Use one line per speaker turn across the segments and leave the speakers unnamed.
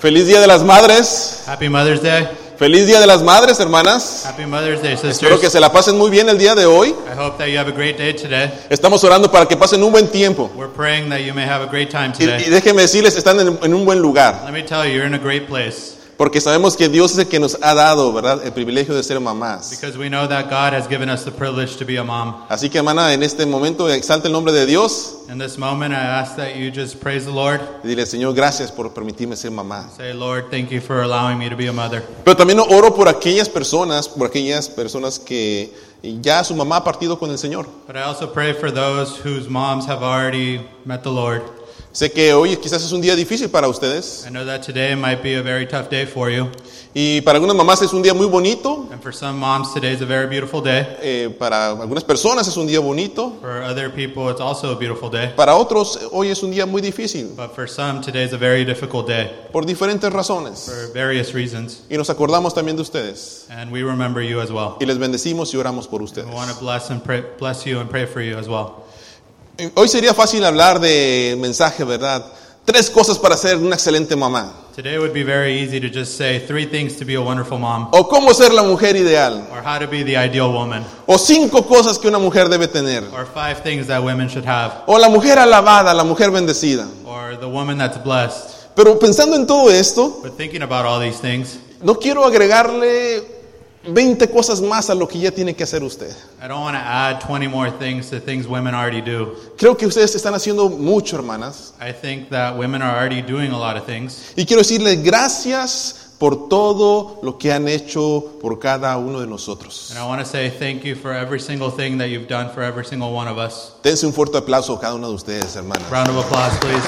Feliz Día de las Madres.
Happy Mother's Day.
Feliz Día de las Madres, hermanas.
Happy Mother's Day,
Espero que
sisters.
se la pasen muy bien el día de hoy.
I hope that you have a great day today.
Estamos orando para que pasen un buen tiempo.
We're praying that you may have a great time
Y,
today.
y déjenme decirles, están en, en un buen lugar.
Let me tell you, you're in a great place
Porque sabemos que Dios es el que nos ha dado, ¿verdad? El privilegio de ser mamás.
because we know that God has given us the privilege to be a mom.
Así que, hermana, en este momento exalta el nombre de Dios.
In this moment, I ask that you just praise the Lord.
Y dile, Señor, gracias por permitirme ser mamá.
Say, Lord, thank you for allowing me to be a mother.
Pero también oro por aquellas personas, por aquellas personas que ya su mamá ha partido con el Señor.
But I also pray for those whose moms have already met the Lord.
Sé que hoy quizás es un día difícil para ustedes.
I know that today might be a very tough day for you.
Y para algunas mamás es un día muy bonito.
And for some moms, today is a very beautiful day.
eh, para algunas personas es un día bonito.
For other people, it's also a beautiful day.
Para otros eh, hoy es un día muy difícil.
But for some, today's a very difficult day
Por diferentes razones.
for various reasons.
Y nos acordamos también de ustedes.
And we remember you as well.
Y les bendecimos y oramos por
We
ustedes.
want to bless and pray, bless you and pray for you as well.
Eh, Hoy sería fácil hablar de mensaje, ¿verdad? Tres cosas para ser una excelente mamá.
Today would be very easy to just say three things to be a wonderful mom
O cómo ser la mujer ideal.
or how to be the ideal woman
O cinco cosas que una mujer debe tener.
or five things that women should have
O la mujer alabada, la mujer bendecida.
or the woman that's blessed.
Pero pensando en todo esto,
But thinking about all these things,
No quiero agregarle 20 cosas más a lo que ya tiene que hacer usted.
I don't want to add 20 more things to things women already do.
Creo que ustedes están haciendo mucho, hermanas.
I think that women are already doing a lot of things.
Y quiero decirles gracias por todo lo que han hecho por cada uno de nosotros.
And I want to say thank you for every single thing that you've done for every single one of us.
Dense un fuerte aplauso a cada una de ustedes, hermanas.
Round of applause, please.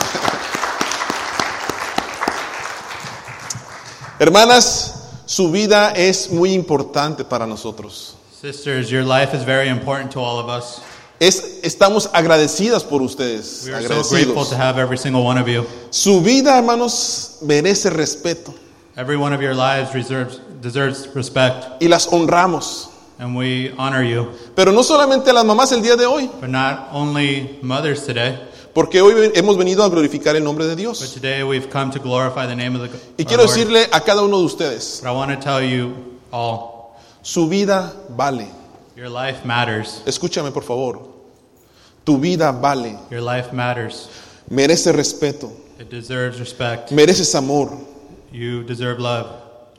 Hermanas, su vida es muy importante para nosotros.
Sisters, your life is very important to all of us.
Es- estamos agradecidas por ustedes.
We are so grateful
Agradecidos.
to have every single one of you.
Su vida, hermanos, merece respeto
Every one of your lives deserves, deserves respect,
y las honramos.
and we honor you.
Pero no solamente a las mamás el día de hoy.
But not only mothers today,
Porque hoy ven- hemos venido a glorificar el nombre de
but
Dios.
today we've come to glorify the name of the
Y
our
quiero
Pues, Lord.
decirle a cada uno de ustedes,
But I want to tell you all,
su vida vale.
your life matters.
Escúchame, por favor. Tu vida vale.
Your life matters.
Merece respeto.
It deserves respect.
Mereces amor.
You deserve love.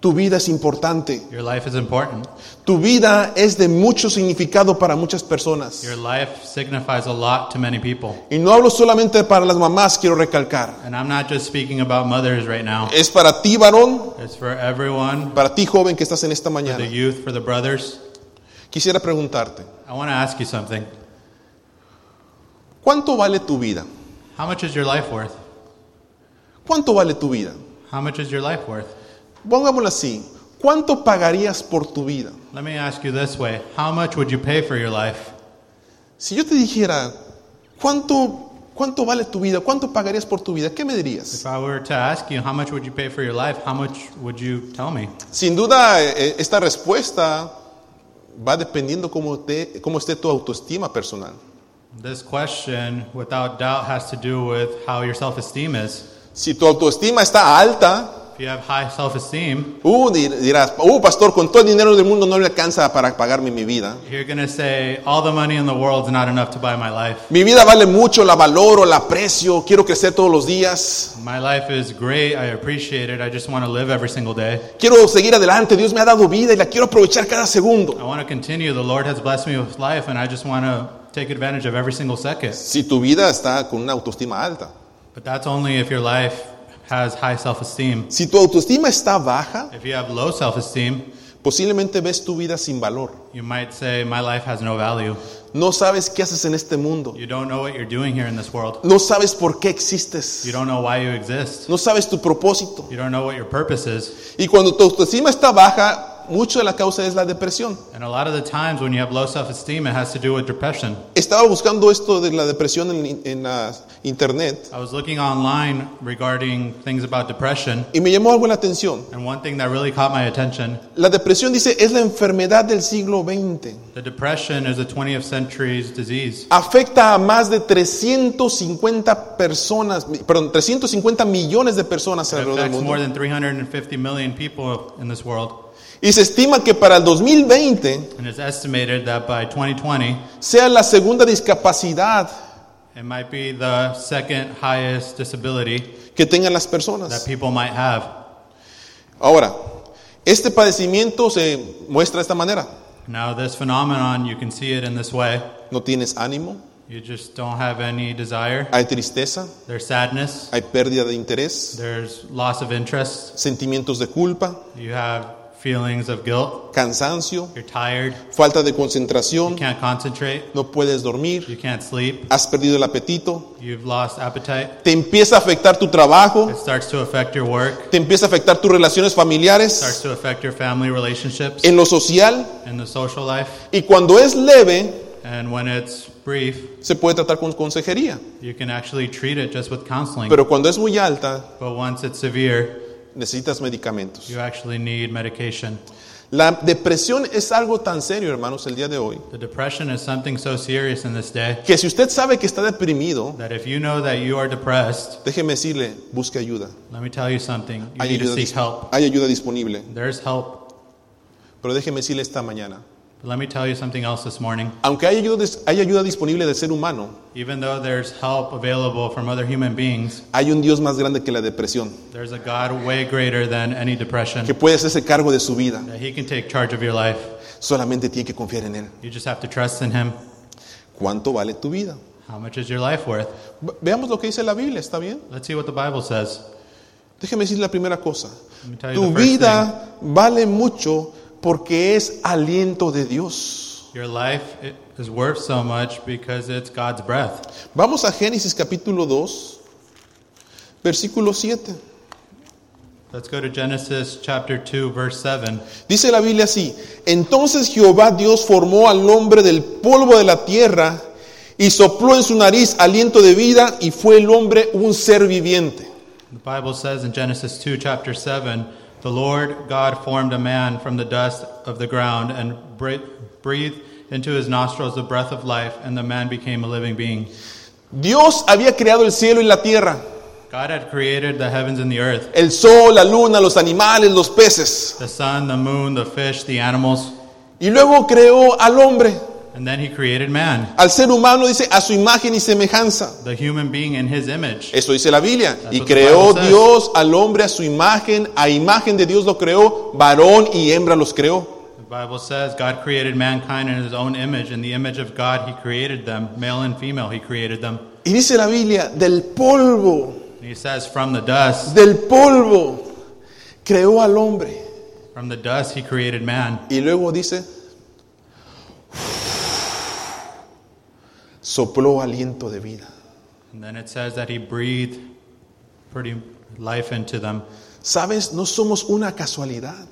Tu vida es importante.
Your life is important.
Tu vida es de mucho significado para muchas personas.
Your life signifies a lot to many people.
Y no hablo solamente para las mamás, quiero recalcar.
And I'm not just speaking about mothers right now.
Es para ti, varón,
It's for everyone,
para ti, joven, que estás en esta
for the
mañana.
youth, for the brothers.
Quisiera preguntarte,
I want to ask you something.
¿cuánto vale tu vida?
How much is your life worth?
¿Cuánto vale tu vida?
How much is your life worth?
Pongámoslo así. ¿Cuánto pagarías por tu vida?
Let me ask you this way How much would you pay for your life?
Si yo te dijera, ¿cuánto, cuánto vale tu vida? ¿Cuánto pagarías por tu vida? ¿Qué me dirías?
If I were to ask you, How much would you pay for your life? How much would you tell me?
Sin duda, eh, esta respuesta va dependiendo cómo, te, cómo esté tu autoestima personal.
This question, without doubt, has to do with how your self esteem is.
Si tu autoestima está alta,
If you have high self esteem,
uh, di- dirás, uh, pastor, con todo el dinero del mundo no le alcanza para pagarme mi vida.
you're going to say, All the money in the world's not enough to buy my life.
Mi vida vale mucho, la valoro, la aprecio, quiero crecer todos los días,
My life is great. I appreciate it. I just want to live every single day.
quiero seguir adelante, Dios me ha dado vida y la quiero aprovechar cada segundo.
I want to continue. The Lord has blessed me with life, and I just want to take advantage of every single second.
Si tu vida está con una autoestima alta,
But that's only if your life has high self esteem.
si tu autoestima está baja,
If you have low self esteem,
Posiblemente ves tu vida sin valor.
you might say, My life has no value.
No sabes qué haces en este mundo.
You don't know what you're doing here in this world.
No sabes por qué
You
existes.
don't know why you exist.
No sabes tu propósito.
You don't know what your purpose is.
Y cuando tu autoestima está baja, mucho de la causa es la depresión.
And a lot of the times when you have low self esteem, it has to do with depression.
Estaba buscando esto de la depresión en, en la internet
I was looking online regarding things about depression,
y me llamó algo la atención.
and one thing that really caught my attention
La depresión, dice, es la enfermedad del siglo XX.
the depression is a 20th century's disease.
Afecta a más de 350 personas, perdón, 350 millones de personas
It
alrededor del
affects more
mundo.
than 350 million people in this world,
Y se estima que para el 2020
and it's estimated that by 2020,
sea la segunda discapacidad
it might be the second highest disability
que tengan las
that
personas.
people might have.
Ahora, este padecimiento se muestra de esta manera.
Now, this phenomenon, you can see it in this way.
No tienes ánimo,
You just don't have any desire.
hay tristeza,
There's sadness.
hay pérdida de interés,
There's loss of interest.
sentimientos de culpa,
You have feelings of guilt.
cansancio,
You're tired.
falta de
You
concentración,
can't concentrate.
no puedes dormir,
You can't sleep.
has perdido el apetito,
You've lost appetite.
te empieza a afectar tu trabajo,
It starts to affect your work.
te empieza a afectar tus relaciones
Starts
familiares,
to affect your family relationships
en lo social,
and the social life.
y cuando es leve,
And when it's brief,
se puede tratar con consejería,
you can actually treat it just with counseling.
pero cuando es muy alta,
But once it's severe,
necesitas medicamentos.
you actually need medication.
La depresión es algo tan serio, hermanos, el día de hoy,
The depression is something so serious in this day
que si usted sabe que está deprimido,
that if you know that you are depressed,
déjeme decirle, busque ayuda.
let me tell you something. You
Hay
need to
ayuda,
seek
dis-
help.
hay ayuda disponible.
There's help.
Pero déjeme decirle esta mañana,
But let me tell you something else this morning.
aunque hay ayuda, dis- hay ayuda disponible del ser humano,
Even though there's help available from other human beings,
hay un Dios más grande que la depresión,
there's a God way greater than any depression.
que puede hacerse cargo de su vida.
That He can take charge of your life.
Solamente tiene que confiar en Él.
You just have to trust in Him.
¿Cuánto vale tu vida?
How much is your life worth?
Ve- Veamos lo que dice la Biblia, ¿está bien?
Let's see what the Bible says.
Déjeme decir la primera cosa.
me tell you
Tu
the first
vida vale mucho porque es aliento de Dios.
Your life it is worth so much because it's God's breath.
Vamos a Génesis capítulo 2, versículo 7.
Let's go to Genesis chapter 2, verse 7.
Dice la Biblia así, entonces Jehová Dios formó al hombre del polvo de la tierra y sopló en su nariz aliento de vida y fue el hombre un ser viviente.
The Bible says in Genesis 2, chapter 7, the Lord God formed a man from the dust of the ground and bre- breathed into his nostrils the breath of life, and the man became a living being.
Dios había creado el cielo y la tierra,
God had created the heavens and the earth,
el sol, la luna, los animales, los peces.
the sun, the moon, the fish, the animals,
Y luego creó al hombre,
and then he created man,
al ser humano, dice, a su imagen y semejanza.
the human being in his image.
Eso dice la Biblia.
That's
Y
what the
creó
Bible says.
Dios al hombre a su imagen, a imagen de Dios lo creó, varón y hembra los creó.
The Bible says God created mankind in his own image. In the image of God, he created them, male and female, he created them.
Y dice la Biblia, del polvo
And he says, from the dust,
del polvo creó al hombre.
from the dust, he created man.
Y luego dice, sopló aliento de vida.
And then it says that he breathed pretty life into them.
Sabes, no somos una casualidad,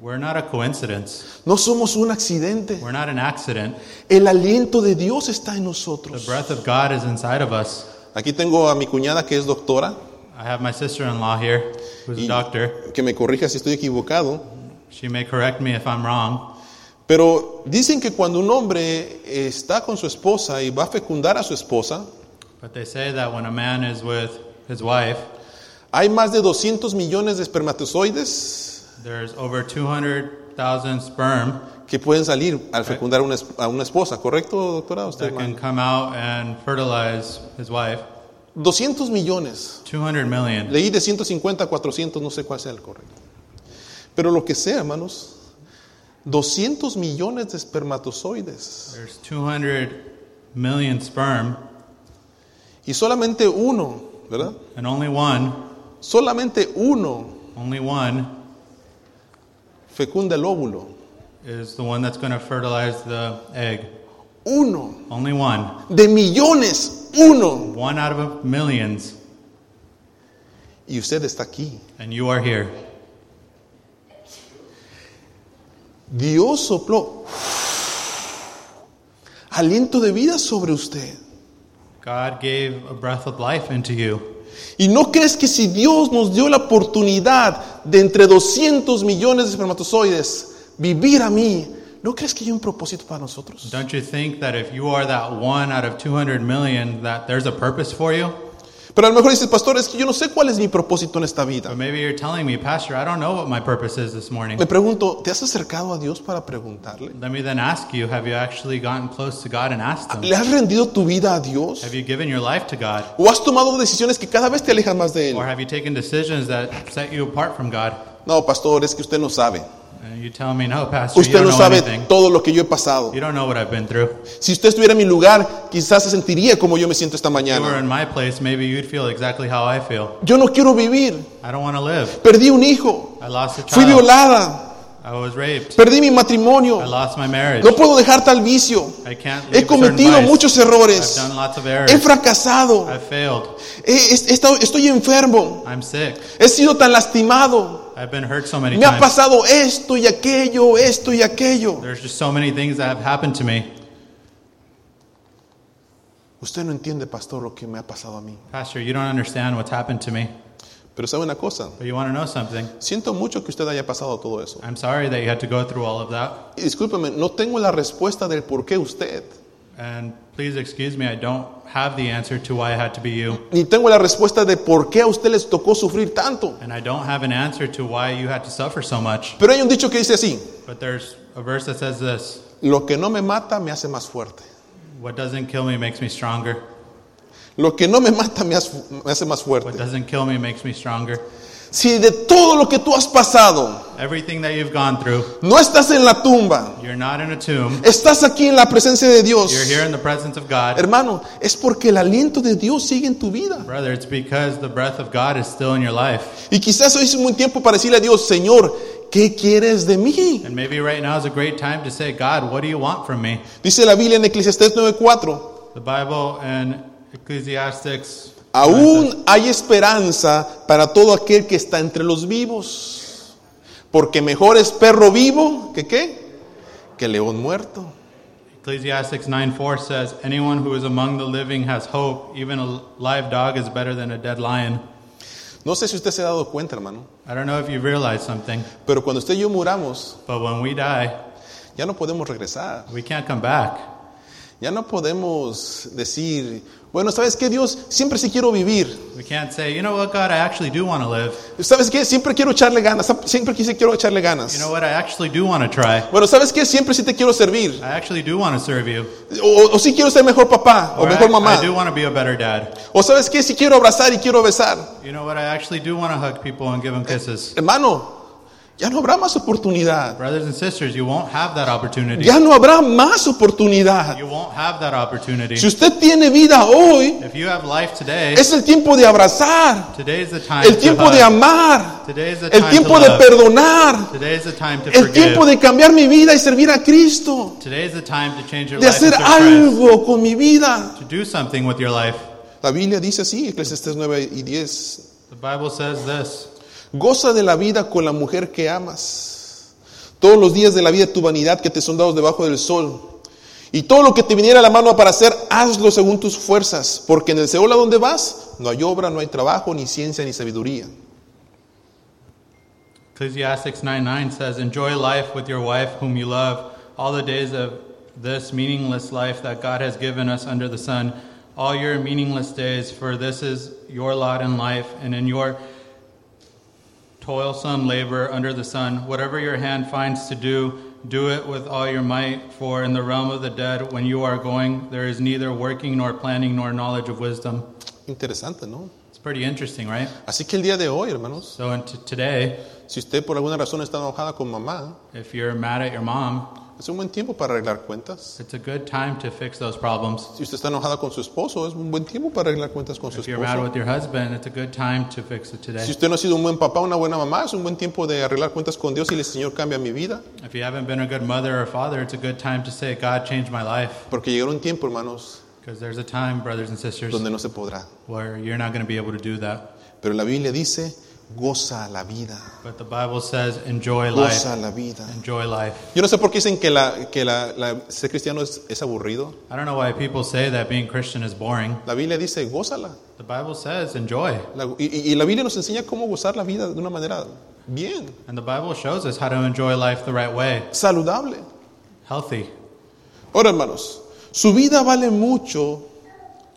We're not a coincidence.
no somos un accidente.
We're not an accident.
El aliento de Dios está en
The
nosotros.
breath of God is inside of us.
Aquí tengo a mi cuñada que es doctora,
I have my sister-in-law here, who's a
Y-
doctor.
que me corrija si estoy equivocado,
She may correct me if I'm wrong.
pero dicen que cuando un hombre está con su esposa y va a fecundar a su esposa,
But they say that when a man is with his wife,
hay más de 200 millones de espermatozoides
there's over 200,000 sperm
que pueden salir al fecundar una es- a una esposa, ¿correcto, doctora? Usted,
that can
man.
come out and fertilize his wife.
200 millones.
200 million.
Leí de 150 a 400, no sé cuál sea el correcto. Pero lo que sea, hermanos, 200 millones de espermatozoides
There's 200 million sperm,
y solamente uno, ¿verdad?
and only one,
Solamente uno
only one
fecunda el óvulo.
is the one that's going to fertilize the egg.
Uno.
Only one.
De millones, uno.
One out of millions.
Y usted está aquí.
And you are here.
Dios sopló aliento de vida sobre usted.
God gave a breath of life into you.
¿Y no crees que si Dios nos dio la oportunidad de entre 200 millones de espermatozoides vivir a mí, ¿no crees que hay un propósito para nosotros?
Don't you think that if you are that one out of 200 million, that there's a purpose for you?
Pero a lo mejor dices, pastor, es que yo no sé cuál es mi propósito en esta vida.
But maybe you're telling me, Pastor, I don't know what my purpose is this morning.
Me pregunto, ¿te has acercado a Dios para preguntarle?
Let me then ask you, have you actually gotten close to God and asked Him?
¿Le has rendido tu vida a Dios?
Have you given your life to God?
¿O has tomado decisiones que cada vez te alejan más de Él?
Or have you taken decisions that set you apart from God?
No, pastor, es que usted no sabe.
And you tell me, no, Pastor, you
Usted
don't
no
know
sabe
anything.
todo lo que yo he pasado.
You don't know what I've been through.
Si usted estuviera en mi lugar, quizás se sentiría como yo me siento esta
If you were
mañana.
in my place, maybe you'd feel exactly how I feel.
Yo no quiero vivir.
I don't want to live.
Perdí un hijo.
I lost a
Fui
child.
violada.
I was raped.
Perdí mi
I
matrimonio.
lost my marriage.
No puedo dejar tal vicio.
I can't
He
leave certain
cometido
vice.
muchos
I've
errores.
done lots of errors.
He fracasado.
I've failed.
He- he estado- Estoy enfermo.
I'm sick.
He sido tan lastimado.
I've been hurt so many
Me ha
times.
pasado esto y aquello, esto y aquello.
There's just so many things that have happened to me.
Usted no entiende, pastor, lo que me ha pasado a mí.
Pastor, you don't understand what's happened to me.
Pero sabe una cosa.
But you want to know something.
Siento mucho que usted haya pasado todo eso.
I'm sorry that you had to go through all of that.
Y discúlpeme, no tengo la respuesta del por qué usted.
And please excuse me, I don't have the answer to why it had to be you.
Ni tengo la respuesta de por qué a usted les tocó sufrir tanto.
And I don't have an answer to why you had to suffer so much.
Pero hay un dicho que dice así,
But there's a verse that says this
lo que no me mata me hace más fuerte.
What doesn't kill me makes me stronger.
Lo que no me mata me hace, me hace más
What
fuerte.
doesn't kill me makes me stronger.
Si de todo lo que tú has pasado,
Everything that you've gone through,
no estás en la tumba,
you're not in a tomb,
estás aquí en la presencia de Dios,
you're here in the presence of God.
hermano, es porque el aliento de Dios sigue en tu vida.
Brother, it's because the breath of God is still in your life.
Y quizás hoy es un buen tiempo para decirle a Dios, Señor, ¿qué quieres de mí?
And maybe right now is a great time to say, God, what do you want from me?
Dice la Biblia en Eclesiastés 9:4.
The Bible and Ecclesiastics,
Aún hay esperanza para todo aquel que está entre los vivos. Porque mejor es perro vivo que qué? Que león muerto.
Ecclesiastics 9 4 says, Anyone who is among the living has hope. Even a live dog is better than a dead lion.
No sé si usted se ha dado cuenta, hermano,
I don't know if you realize something,
pero cuando usted y yo muramos,
but when we die,
ya no podemos regresar.
we can't come back.
Ya no podemos decir, bueno, ¿sabes qué, Dios? Siempre sí quiero vivir.
We can't say, you know what, God, I actually do want to live.
¿Sabes qué? Siempre quiero echarle ganas. Siempre quise quiero echarle
You
ganas.
know what, I actually do want to try.
Bueno, ¿sabes qué? Siempre sí te quiero servir.
I actually do want to serve you.
O, o sí quiero ser mejor papá o
I,
mejor
I do
mamá.
want to be a better dad.
O ¿sabes qué? Sí quiero abrazar y quiero besar.
You know what, I actually do want to hug people and give them kisses.
Hermano, ya no habrá más oportunidad.
Brothers and sisters, you won't have that opportunity.
Ya no habrá más oportunidad.
You won't have that opportunity.
Si usted tiene vida hoy,
If you have life today,
es el tiempo de abrazar,
today's the time
el tiempo
to
de
hug.
amar,
Today's the
el
time to
tiempo de
love.
perdonar,
Today's the time to
el
forgive.
tiempo de cambiar mi vida y servir a Cristo,
Today's the time to change your
de
life
hacer
and serve Christ.
algo con mi vida.
To do something with your life.
La Biblia dice así, Eclesiastes 9 y 10.
The Bible says this.
Goza de la vida con la mujer que amas. Todos los días de la vida de tu vanidad que te son dados debajo del sol. Y todo lo que te viniera a la mano para hacer, hazlo según tus fuerzas. Porque en el Seol a donde vas, no hay obra, no hay trabajo, ni ciencia, ni sabiduría.
Ecclesiastics 9 9 says, Enjoy life with your wife whom you love, all the days of this meaningless life that God has given us under the sun, all your meaningless days, for this is your lot in life, and in your toilsome labor under the sun, whatever your hand finds to do, do it with all your might, for in the realm of the dead, when you are going, there is neither working nor planning nor knowledge of wisdom.
Interesante, ¿no?
It's pretty interesting, right?
Así que el día de hoy, hermanos,
So, and t- today,
si usted por alguna razón está enojada con mamá,
if you're mad at your mom,
es un buen tiempo para arreglar cuentas.
it's a good time to fix those problems.
Si usted está enojada con su esposo, es un buen tiempo para arreglar cuentas con su
If you're mad
esposo.
with your husband, it's a good time to fix it
Si
today.
usted no ha sido un buen papá, una buena mamá, es un buen tiempo de arreglar cuentas con Dios y el Señor cambia mi vida.
If you haven't been a good mother or father, it's a good time to say, God changed my life.
Porque llegará un tiempo, hermanos,
Because there's a time, brothers and sisters,
donde no se podrá.
where you're not going to be able to do that.
Pero la Biblia dice, goza la vida,
But the Bible says, enjoy life.
goza la vida.
Enjoy life.
Yo no sé por qué dicen que, la, que la- la- ser cristiano es, es aburrido.
I don't know why people say that being Christian is boring.
La Biblia dice, gózala.
The Bible says, enjoy.
La- y, y- y la Biblia nos enseña cómo gozar la vida de una manera bien,
And the Bible shows us how to enjoy life the right way,
saludable.
healthy.
Ahora, hermanos, su vida vale mucho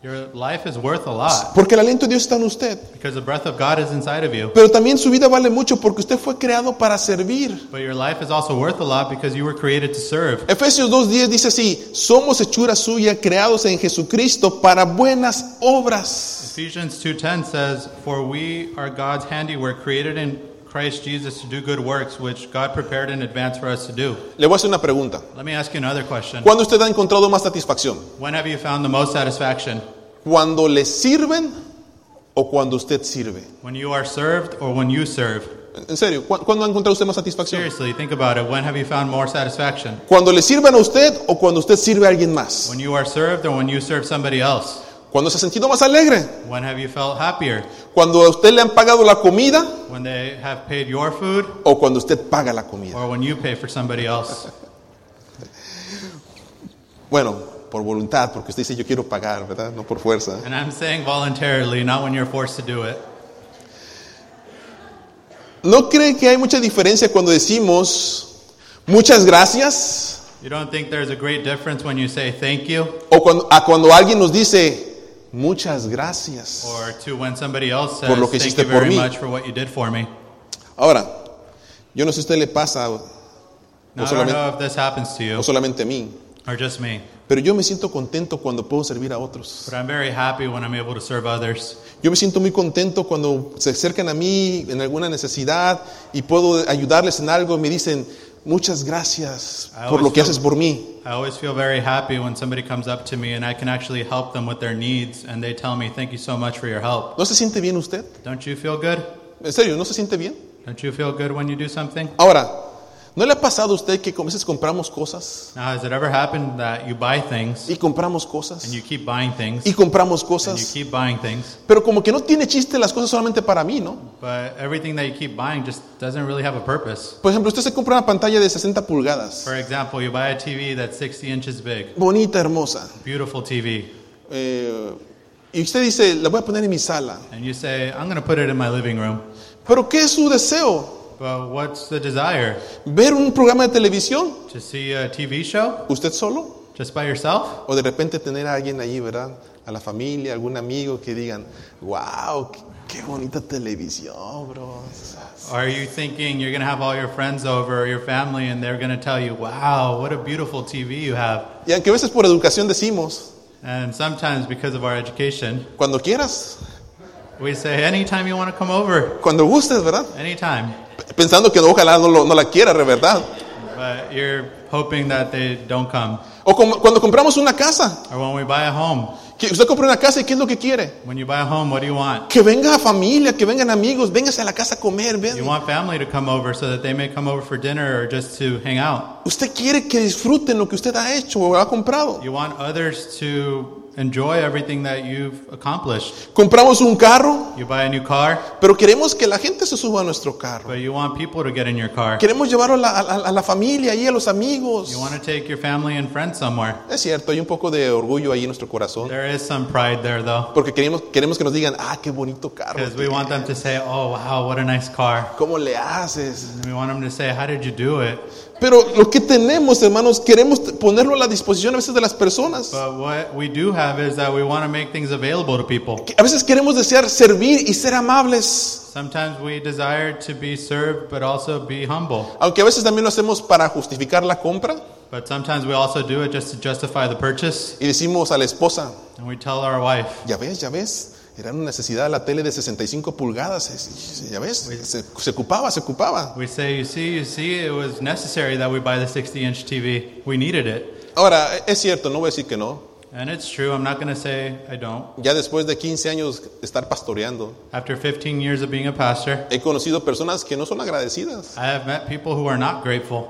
Your life is worth a lot
porque el aliento de Dios está en usted.
because the breath of God is inside of you.
Pero también su vida vale mucho porque usted fue creado para servir.
But your life is also worth a lot because you were created to serve.
Efesios 2.10 dice así, somos hechura suya, creados en Jesucristo para buenas obras.
Ephesians 2:10 says, "For we are God's handiwork, created in Christ Jesus to do good works which God prepared in advance for us to do."
Le voy a hacer una pregunta.
Let me ask you another question.
¿Cuándo usted ha encontrado más satisfacción?
When have you found the most satisfaction?
¿Cuando le sirven o cuando usted sirve?
When you are served or when you serve?
En serio, ¿cu- ¿cuándo ha encontrado usted más satisfacción?
Seriously, think about it. When have you found more satisfaction?
¿Cuando le sirven a usted o cuando usted sirve a alguien más?
When you are served or when you serve somebody else?
¿Cuándo se ha sentido más alegre?
When have you felt happier?
¿Cuando a usted le han pagado la comida
When they have paid your food
o cuando usted paga la comida?
or when you pay for somebody else?
Bueno, por voluntad, porque usted dice yo quiero pagar, ¿verdad? No por fuerza.
And I'm saying voluntarily, not when you're forced to do it.
¿No cree que hay mucha diferencia cuando decimos muchas gracias
You don't think there's a great difference when you say thank you
o cuando, a cuando alguien nos dice muchas gracias?
or to when somebody else says
Por lo que
thank
hiciste
you
por
very
mí."
much for what you did for me?
Ahora, yo no sé si a usted le pasa o
Now, I don't
solamente-
know if this happens to you
solamente a mí,
or just me,
pero yo me siento contento cuando puedo servir a otros.
but I'm very happy when I'm able to serve others.
Yo me siento muy contento cuando se acercan a mí en alguna necesidad y puedo ayudarles en algo y me dicen muchas gracias
I
por lo
always
que
feel-
haces por mí.
I always feel very happy when somebody comes up to me and I can actually help them with their needs and they tell me thank you so much for your help.
¿No se siente bien usted?
Don't you feel good?
¿En serio? ¿No se siente bien?
Don't you feel good when you do something?
Ahora, ¿no le ha pasado a usted que a veces compramos cosas?
Now, has it ever happened that you buy things
y compramos cosas
and you keep buying things
y compramos
and you
cosas,
keep buying things?
pero como que no tiene chiste las cosas solamente para mí, ¿no?
But everything that you keep buying just doesn't really have a purpose.
Por ejemplo, usted se compra una pantalla de 60 pulgadas,
For example, you buy a TV that's 60 inches big,
bonita, hermosa,
beautiful TV,
eh, y usted dice, la voy a poner en mi sala,
and you say, I'm going to put it in my living room.
pero ¿qué es su deseo?
But what's the desire?
¿Ver un programa de televisión
To see a TV show
usted solo?
just by yourself?
¿O de repente tener a alguien allí, verdad? A la familia, algún amigo que digan, wow, qué, qué bonita televisión, bro.
Or are you thinking you're going to have all your friends over or your family and they're going to tell you, wow, what a beautiful TV you have?
Y aunque a veces por educación decimos,
And sometimes because of our education,
cuando quieras,
we say, anytime you want to come over,
cuando gustes, ¿verdad?
anytime.
Pensando que ojalá no, lo- no la quiera, ¿verdad?
But you're hoping that they don't come.
O como- cuando compramos una casa,
Or when we buy a home,
que usted compra una casa y ¿qué es lo que quiere?
When you buy a home, what do you want?
Que venga familia, que vengan amigos, véngase a la casa a comer,
You
vean.
want family to come over so that they may come over for dinner or just to hang out.
Usted quiere que disfruten lo que usted ha hecho o ha comprado.
You want others to enjoy everything that you've accomplished.
Compramos un carro,
You buy a new car,
pero queremos que la gente se suba a nuestro carro.
but you want people to get in your car.
Queremos llevarlo a la, a la- a la familia y a los amigos.
You want to take your family and friends somewhere.
Es cierto, hay un poco de orgullo ahí en nuestro corazón.
There is some pride there though,
Porque queremos, queremos que nos digan, ah, qué bonito carro.
because we want them to say, "Oh, wow, what a nice car."
¿Cómo le haces?
And we want them to say, "How did you do it?"
Pero lo que tenemos, hermanos, queremos ponerlo a la disposición a veces de las personas.
But what we do have is that we want to make things available to people.
A veces queremos desear servir y ser amables,
Sometimes we desire to be served, but also be humble.
aunque a veces también lo hacemos para justificar la compra
But sometimes we also do it just to justify the purchase,
y decimos a la esposa,
and we tell our wife,
ya ves, ya ves, era una necesidad la tele de 65 pulgadas, es- es- ya ves, se, se ocupaba, se ocupaba.
we say, You see, you see, it was necessary that we buy the 60 inch TV. We needed it.
Ahora, e, es cierto, no voy a decir que no,
And it's true, I'm not going to say I don't.
ya después de 15 años de estar pastoreando,
After 15 years of being a pastor,
he conocido personas que no son agradecidas,
I have met people who are not grateful.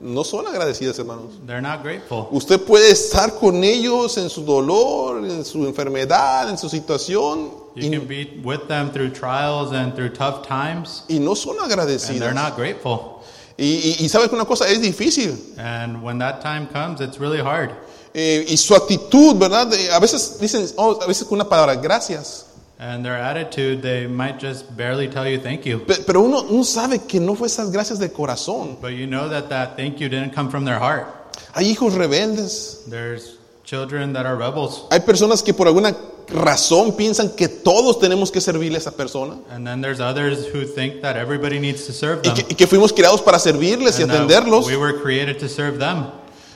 no son agradecidas, hermanos.
They're not grateful.
Usted puede estar con ellos en su dolor, en su enfermedad, en su situación,
You can be with them through trials and through tough times,
y no son
and they're
agradecidas.
not grateful.
Y, y- y sabes que una cosa es difícil.
And when that time comes, it's really hard.
Eh, y su actitud, ¿verdad? De- a veces dicen, oh, a veces con una palabra, gracias.
And their attitude, they might just barely tell you thank you.
Pe- Pero uno, uno sabe que no fue esas gracias de corazón.
But you know that that thank you didn't come from their heart.
Hay hijos rebeldes.
There's children that are rebels.
Hay personas que por alguna razón piensan que todos tenemos que servirle a esa persona.
And then there's others who think that everybody needs to serve
Y
them.
que, y que fuimos creados para servirles y
Um, And that
atenderlos.
we were created to serve them.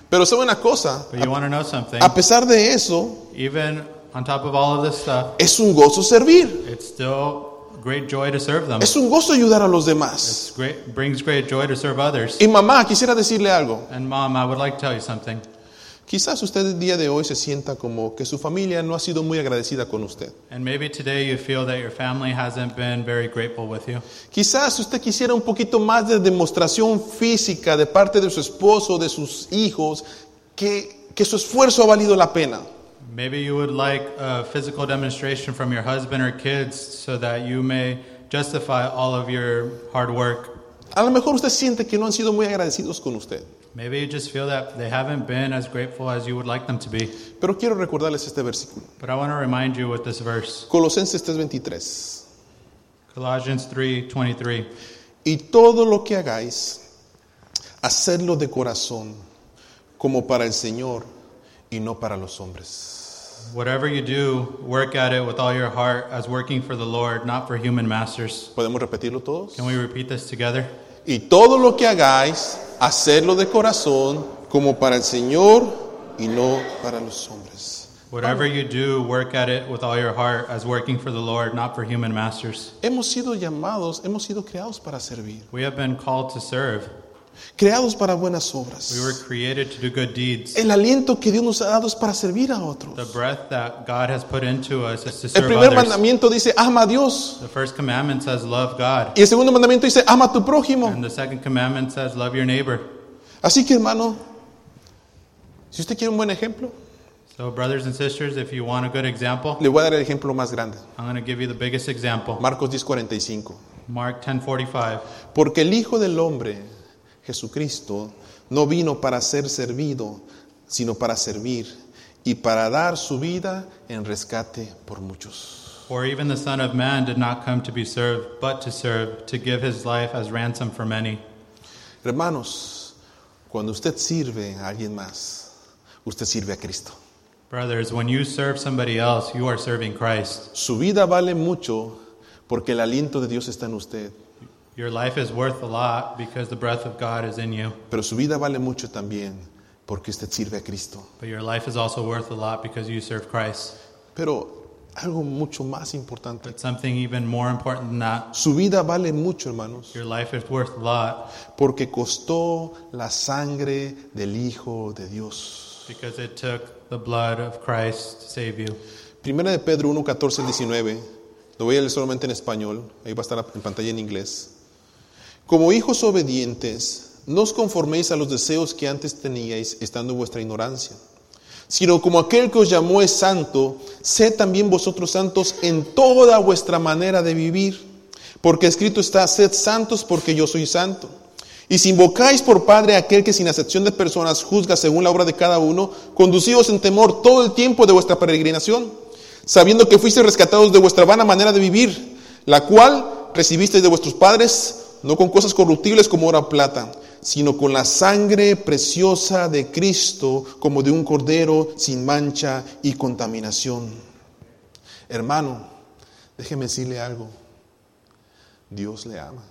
Pero sabe una cosa,
But you want to know something?
a pesar de eso,
Even on top of all of this stuff,
es un gozo servir.
it's still great joy to serve them.
Es un gozo ayudar a los demás.
It's great, brings great joy to serve others.
Y mamá, quisiera decirle algo.
And mom, I would like to tell you something.
Quizás usted el día de hoy se sienta como que su familia no ha sido muy agradecida con usted.
And maybe today you feel that your family hasn't been very grateful with you.
Quizás usted quisiera un poquito más de demostración física de parte de su esposo, de sus hijos, que, que su esfuerzo ha valido la pena.
Maybe you would like a physical demonstration from your husband or kids so that you may justify all of your hard work.
A lo mejor usted siente que no han sido muy agradecidos con usted.
Maybe you just feel that they haven't been as grateful as you would like them to be.
Pero quiero recordarles este versículo.
But I want to remind you with this verse,
Colosenses 3:23.
Colossians 3:23.
Y todo lo que hagáis, hacedlo de corazón, como para el Señor y no para los hombres.
Whatever you do, work at it with all your heart as working for the Lord, not for human masters.
¿Podemos repetirlo todos?
Can we repeat this together?
Y todo lo que hagáis, hacedlo de corazón, como para el Señor y no para los hombres.
Whatever you do, work at it with all your heart as working for the Lord, not for human masters.
Hemos sido llamados, hemos sido creados para servir,
We have been called to serve.
creados para buenas
We were
obras.
created to do good deeds.
El aliento que Dios nos ha dado es para servir a otros.
The breath that God has put into us is to
El
serve
primer
others.
mandamiento dice, ama a Dios.
The first commandment says, Love God.
Y el segundo mandamiento dice, ama a tu prójimo.
And the second commandment says, Love your neighbor.
Así que hermano, si usted quiere un buen ejemplo,
So, brothers and sisters, if you want a good example,
le voy a dar el ejemplo más grande.
I'm going to give you the biggest example
Marcos 10:45.
Mark 10:45.
Porque el Hijo del Hombre, Jesucristo, no vino para ser servido, sino para servir y para dar su vida en rescate por muchos.
For even the Son of Man did not come to be served, but to serve, to give his life as ransom for many.
Hermanos, cuando usted sirve a alguien más, usted sirve a Cristo.
Brothers, when you serve somebody else, you are serving Christ.
Su vida vale mucho porque el aliento de Dios está en usted,
Your life is worth a lot because the breath of God is in you.
pero su vida vale mucho también porque usted sirve a Cristo.
But your life is also worth a lot because you serve Christ.
Pero algo mucho más importante,
But something even more important than that,
su vida vale mucho, hermanos.
your life is worth a lot
Porque costó la sangre del Hijo de Dios.
because it took the blood of Christ to save you.
Primera de Pedro 1, 14 al 19. Lo voy a leer solamente en español. Ahí va a estar en pantalla en inglés. Como hijos obedientes, no os conforméis a los deseos que antes teníais estando en vuestra ignorancia, sino como aquel que os llamó es santo, sed también vosotros santos en toda vuestra manera de vivir, porque escrito está, sed santos porque yo soy santo. Y si invocáis por Padre a aquel que sin acepción de personas juzga según la obra de cada uno, conducíos en temor todo el tiempo de vuestra peregrinación, sabiendo que fuisteis rescatados de vuestra vana manera de vivir, la cual recibisteis de vuestros padres, no con cosas corruptibles como oro o plata, sino con la sangre preciosa de Cristo, como de un cordero sin mancha y contaminación. Hermano, déjeme decirle algo. Dios le ama.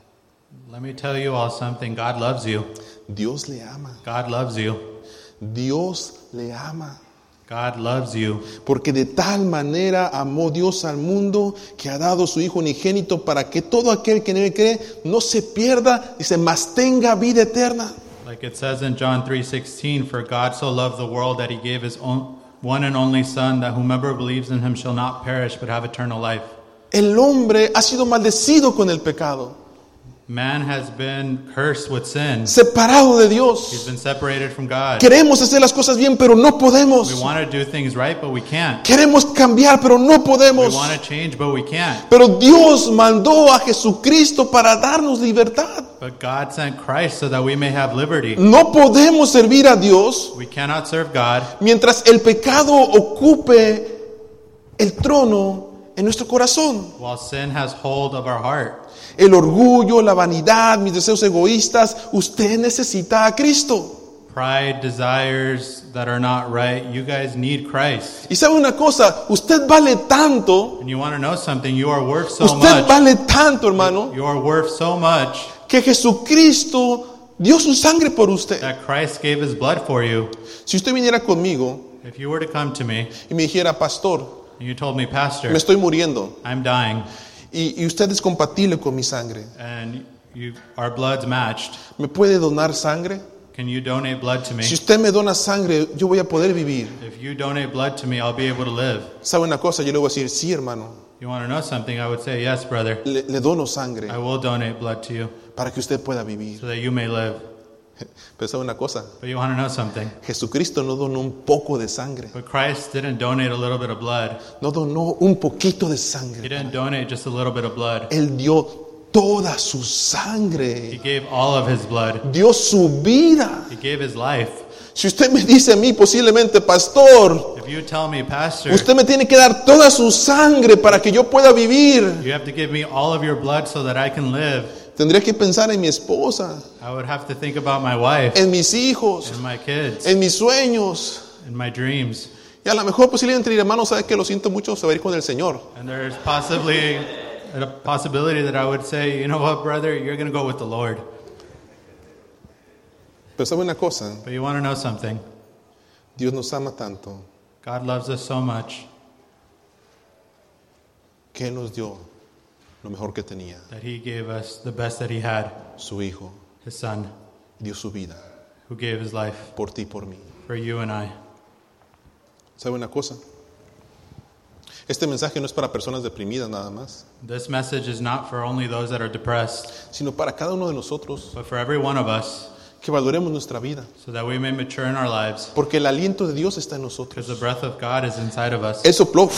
Let me tell you all something God loves you.
Dios le ama.
God loves you.
Dios le ama.
God loves you
Porque de tal manera amó Dios al mundo que ha dado su Hijo unigénito para que todo aquel que en él cree no se pierda, dice, mas tenga vida eterna.
Like it says in John 3:16, for God so loved the world that he gave his own one and only son that whomever believes in him shall not perish but have eternal life.
El hombre ha sido maldecido con el pecado.
Man has been cursed with sin.
separado de
He's
Dios.
been separated from God.
Queremos hacer las cosas bien, pero no
We
podemos.
want to do things right, but we can't.
Queremos cambiar, pero no
We
podemos.
want to change, but we can't.
Pero Dios mandó a Jesucristo para darnos libertad.
But God sent Christ so that we may have liberty.
No podemos servir a Dios
We cannot serve God
mientras el pecado ocupe el trono en nuestro corazón.
while sin has hold of our heart.
El orgullo, la vanidad, mis deseos egoístas, usted necesita a Cristo.
Pride, desires that are not right. You guys need Christ.
Y sabe una cosa, usted vale tanto,
And you want to know something? You are worth so
usted
much.
vale tanto, hermano,
You are worth so much
que Jesucristo dio su sangre por usted.
that Christ gave his blood for you.
Si usted viniera conmigo
If you were to come to me
y me dijera, pastor,
and you told me,
me
Pastor,
estoy muriendo
I'm dying,
y, y usted es compatible con mi sangre,
and you, our blood's matched,
¿me puede donar sangre?
can you donate blood to me?
Si usted me dona sangre, yo voy a poder vivir.
If you donate blood to me, I'll be able to live.
¿Sabe una cosa? Yo le voy a decir, sí, hermano,
You want to know something? I would say, Yes, brother.
le, le dono sangre
I will donate blood to you
para que usted pueda vivir.
so that you may live.
Pero sabe una cosa,
But you want to know something?
Jesucristo no donó un poco de sangre,
But Christ didn't donate a little bit of blood.
no donó un poquito de
He
sangre.
didn't donate just a little bit of blood.
Él dio toda su
He
sangre,
gave all of his blood.
dio su vida.
He gave his life.
Si usted me dice a mí posiblemente, pastor,
If you tell me, Pastor,
usted me tiene que dar toda su sangre para que yo pueda vivir,
you have to give me all of your blood so that I can live,
tendría que pensar en mi esposa,
I would have to think about my wife
en mis hijos,
and my kids
en mis sueños.
and my dreams.
Y a lo mejor posiblemente el hermano sabe que lo siento mucho, se va a ir con el Señor.
And there's possibly a possibility that I would say, you know what, brother, you're going to go with the Lord.
Pero sabe una cosa,
But you want to know something?
Dios nos ama tanto
God loves us so much
que Él nos dio lo mejor que tenía,
that he gave us the best that he had
su Hijo,
his son,
dio su vida
who gave his life
por ti y por mí.
for you and I.
¿Sabe una cosa? Este mensaje no es para personas deprimidas nada más,
This message is not for only those that are depressed,
sino para cada uno de nosotros
but for every one of us,
que valoremos nuestra vida,
so that we may mature in our lives.
porque el aliento de Dios está en
Because the
nosotros.
breath of God is inside of us.
Él sopló,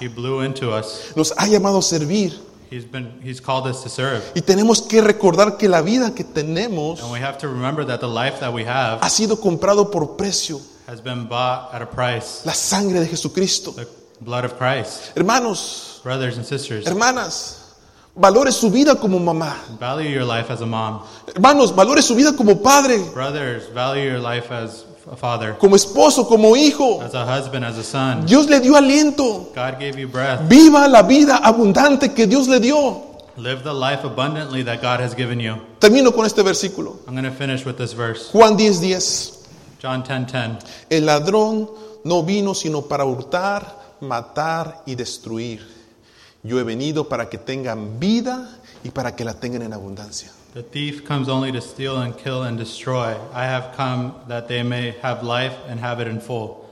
He blew into us.
nos ha llamado a servir
He's been he's called us to serve.
y tenemos que recordar que la vida que tenemos
And we have to remember that the life that we have
ha sido comprado por precio,
has been bought at a price.
la sangre de Jesucristo.
The blood of Christ.
Hermanos,
Brothers and sisters,
hermanas, valore su vida como mamá.
value your life as a mom.
Hermanos, valore su vida como padre,
Brothers, value your life as a father,
como esposo, como hijo.
as a husband, as a son.
Dios le dio aliento.
God gave you breath.
Viva la vida abundante que Dios le dio.
Live the life abundantly that God has given you.
Termino con este versículo.
I'm going to finish with this verse.
Juan 10:10.
John 10:10.
El ladrón no vino sino para hurtar, matar y destruir. Yo he venido para que tengan vida y para que la tengan en abundancia.
The thief comes only to steal and kill and destroy. I have come that they may have life and have it in full.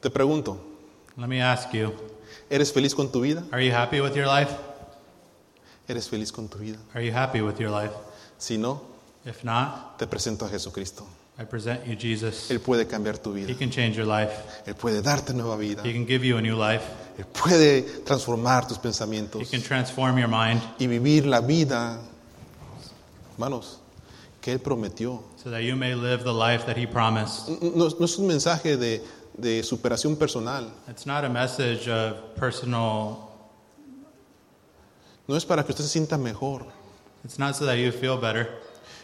Te pregunto,
Let me ask you,
¿eres feliz con tu vida?
are you happy with your life?
¿Eres feliz con tu vida?
Are you happy with your life?
Si no,
If not,
te presento a Jesucristo.
I present you Jesus.
Él puede cambiar tu
He
vida.
can change your life.
Él puede darte nueva vida.
He can give you a new life.
Él puede transformar tus
He
pensamientos
can transform your mind
y vivir la vida, hermanos, que Él prometió.
so that you may live the life that he promised.
No, no es un mensaje de, de superación personal.
It's not a message of personal
No es para que usted se sienta mejor.
It's not so that you feel better.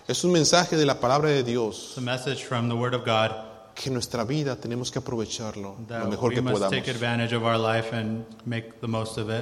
Es un mensaje de la palabra de Dios
It's a message from the Word of God
que nuestra vida tenemos que aprovecharlo
that
lo mejor
we
que
must
podamos.
take advantage of our life and make the most of it.